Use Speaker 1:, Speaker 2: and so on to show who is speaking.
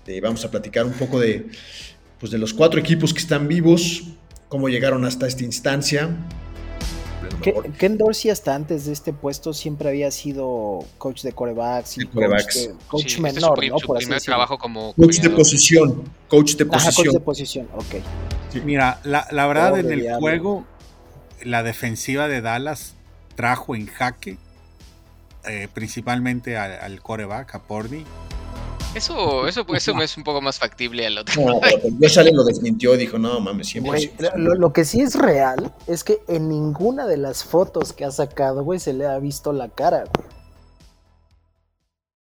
Speaker 1: Este, vamos a platicar un poco de, pues, de los cuatro equipos que están vivos, cómo llegaron hasta esta instancia.
Speaker 2: Ken Dorsey hasta antes de este puesto siempre había sido coach de corebacks, y
Speaker 1: De corebacks.
Speaker 2: Coach, de- coach
Speaker 3: Sí, este es su
Speaker 2: menor,
Speaker 3: pri-
Speaker 2: ¿no?
Speaker 3: su
Speaker 2: Por así
Speaker 3: primer
Speaker 2: decirlo.
Speaker 3: trabajo como
Speaker 1: Coach de
Speaker 3: coordinador.
Speaker 1: posición, coach de
Speaker 2: Ajá, coach de
Speaker 1: posición.
Speaker 2: posición, ok.
Speaker 4: Mira, la, la verdad
Speaker 2: Pobre
Speaker 4: en el
Speaker 2: diablo.
Speaker 4: juego, la defensiva de Dallas trajo en jaque eh, principalmente al, al coreback, a Pordy.
Speaker 3: Eso, eso, eso me es un poco más factible al otro.
Speaker 1: No, pero yo sale lo desmintió y dijo, no mames, siempre.
Speaker 2: Güey, lo, lo que sí es real es que en ninguna de las fotos que ha sacado, güey, se le ha visto la cara, güey.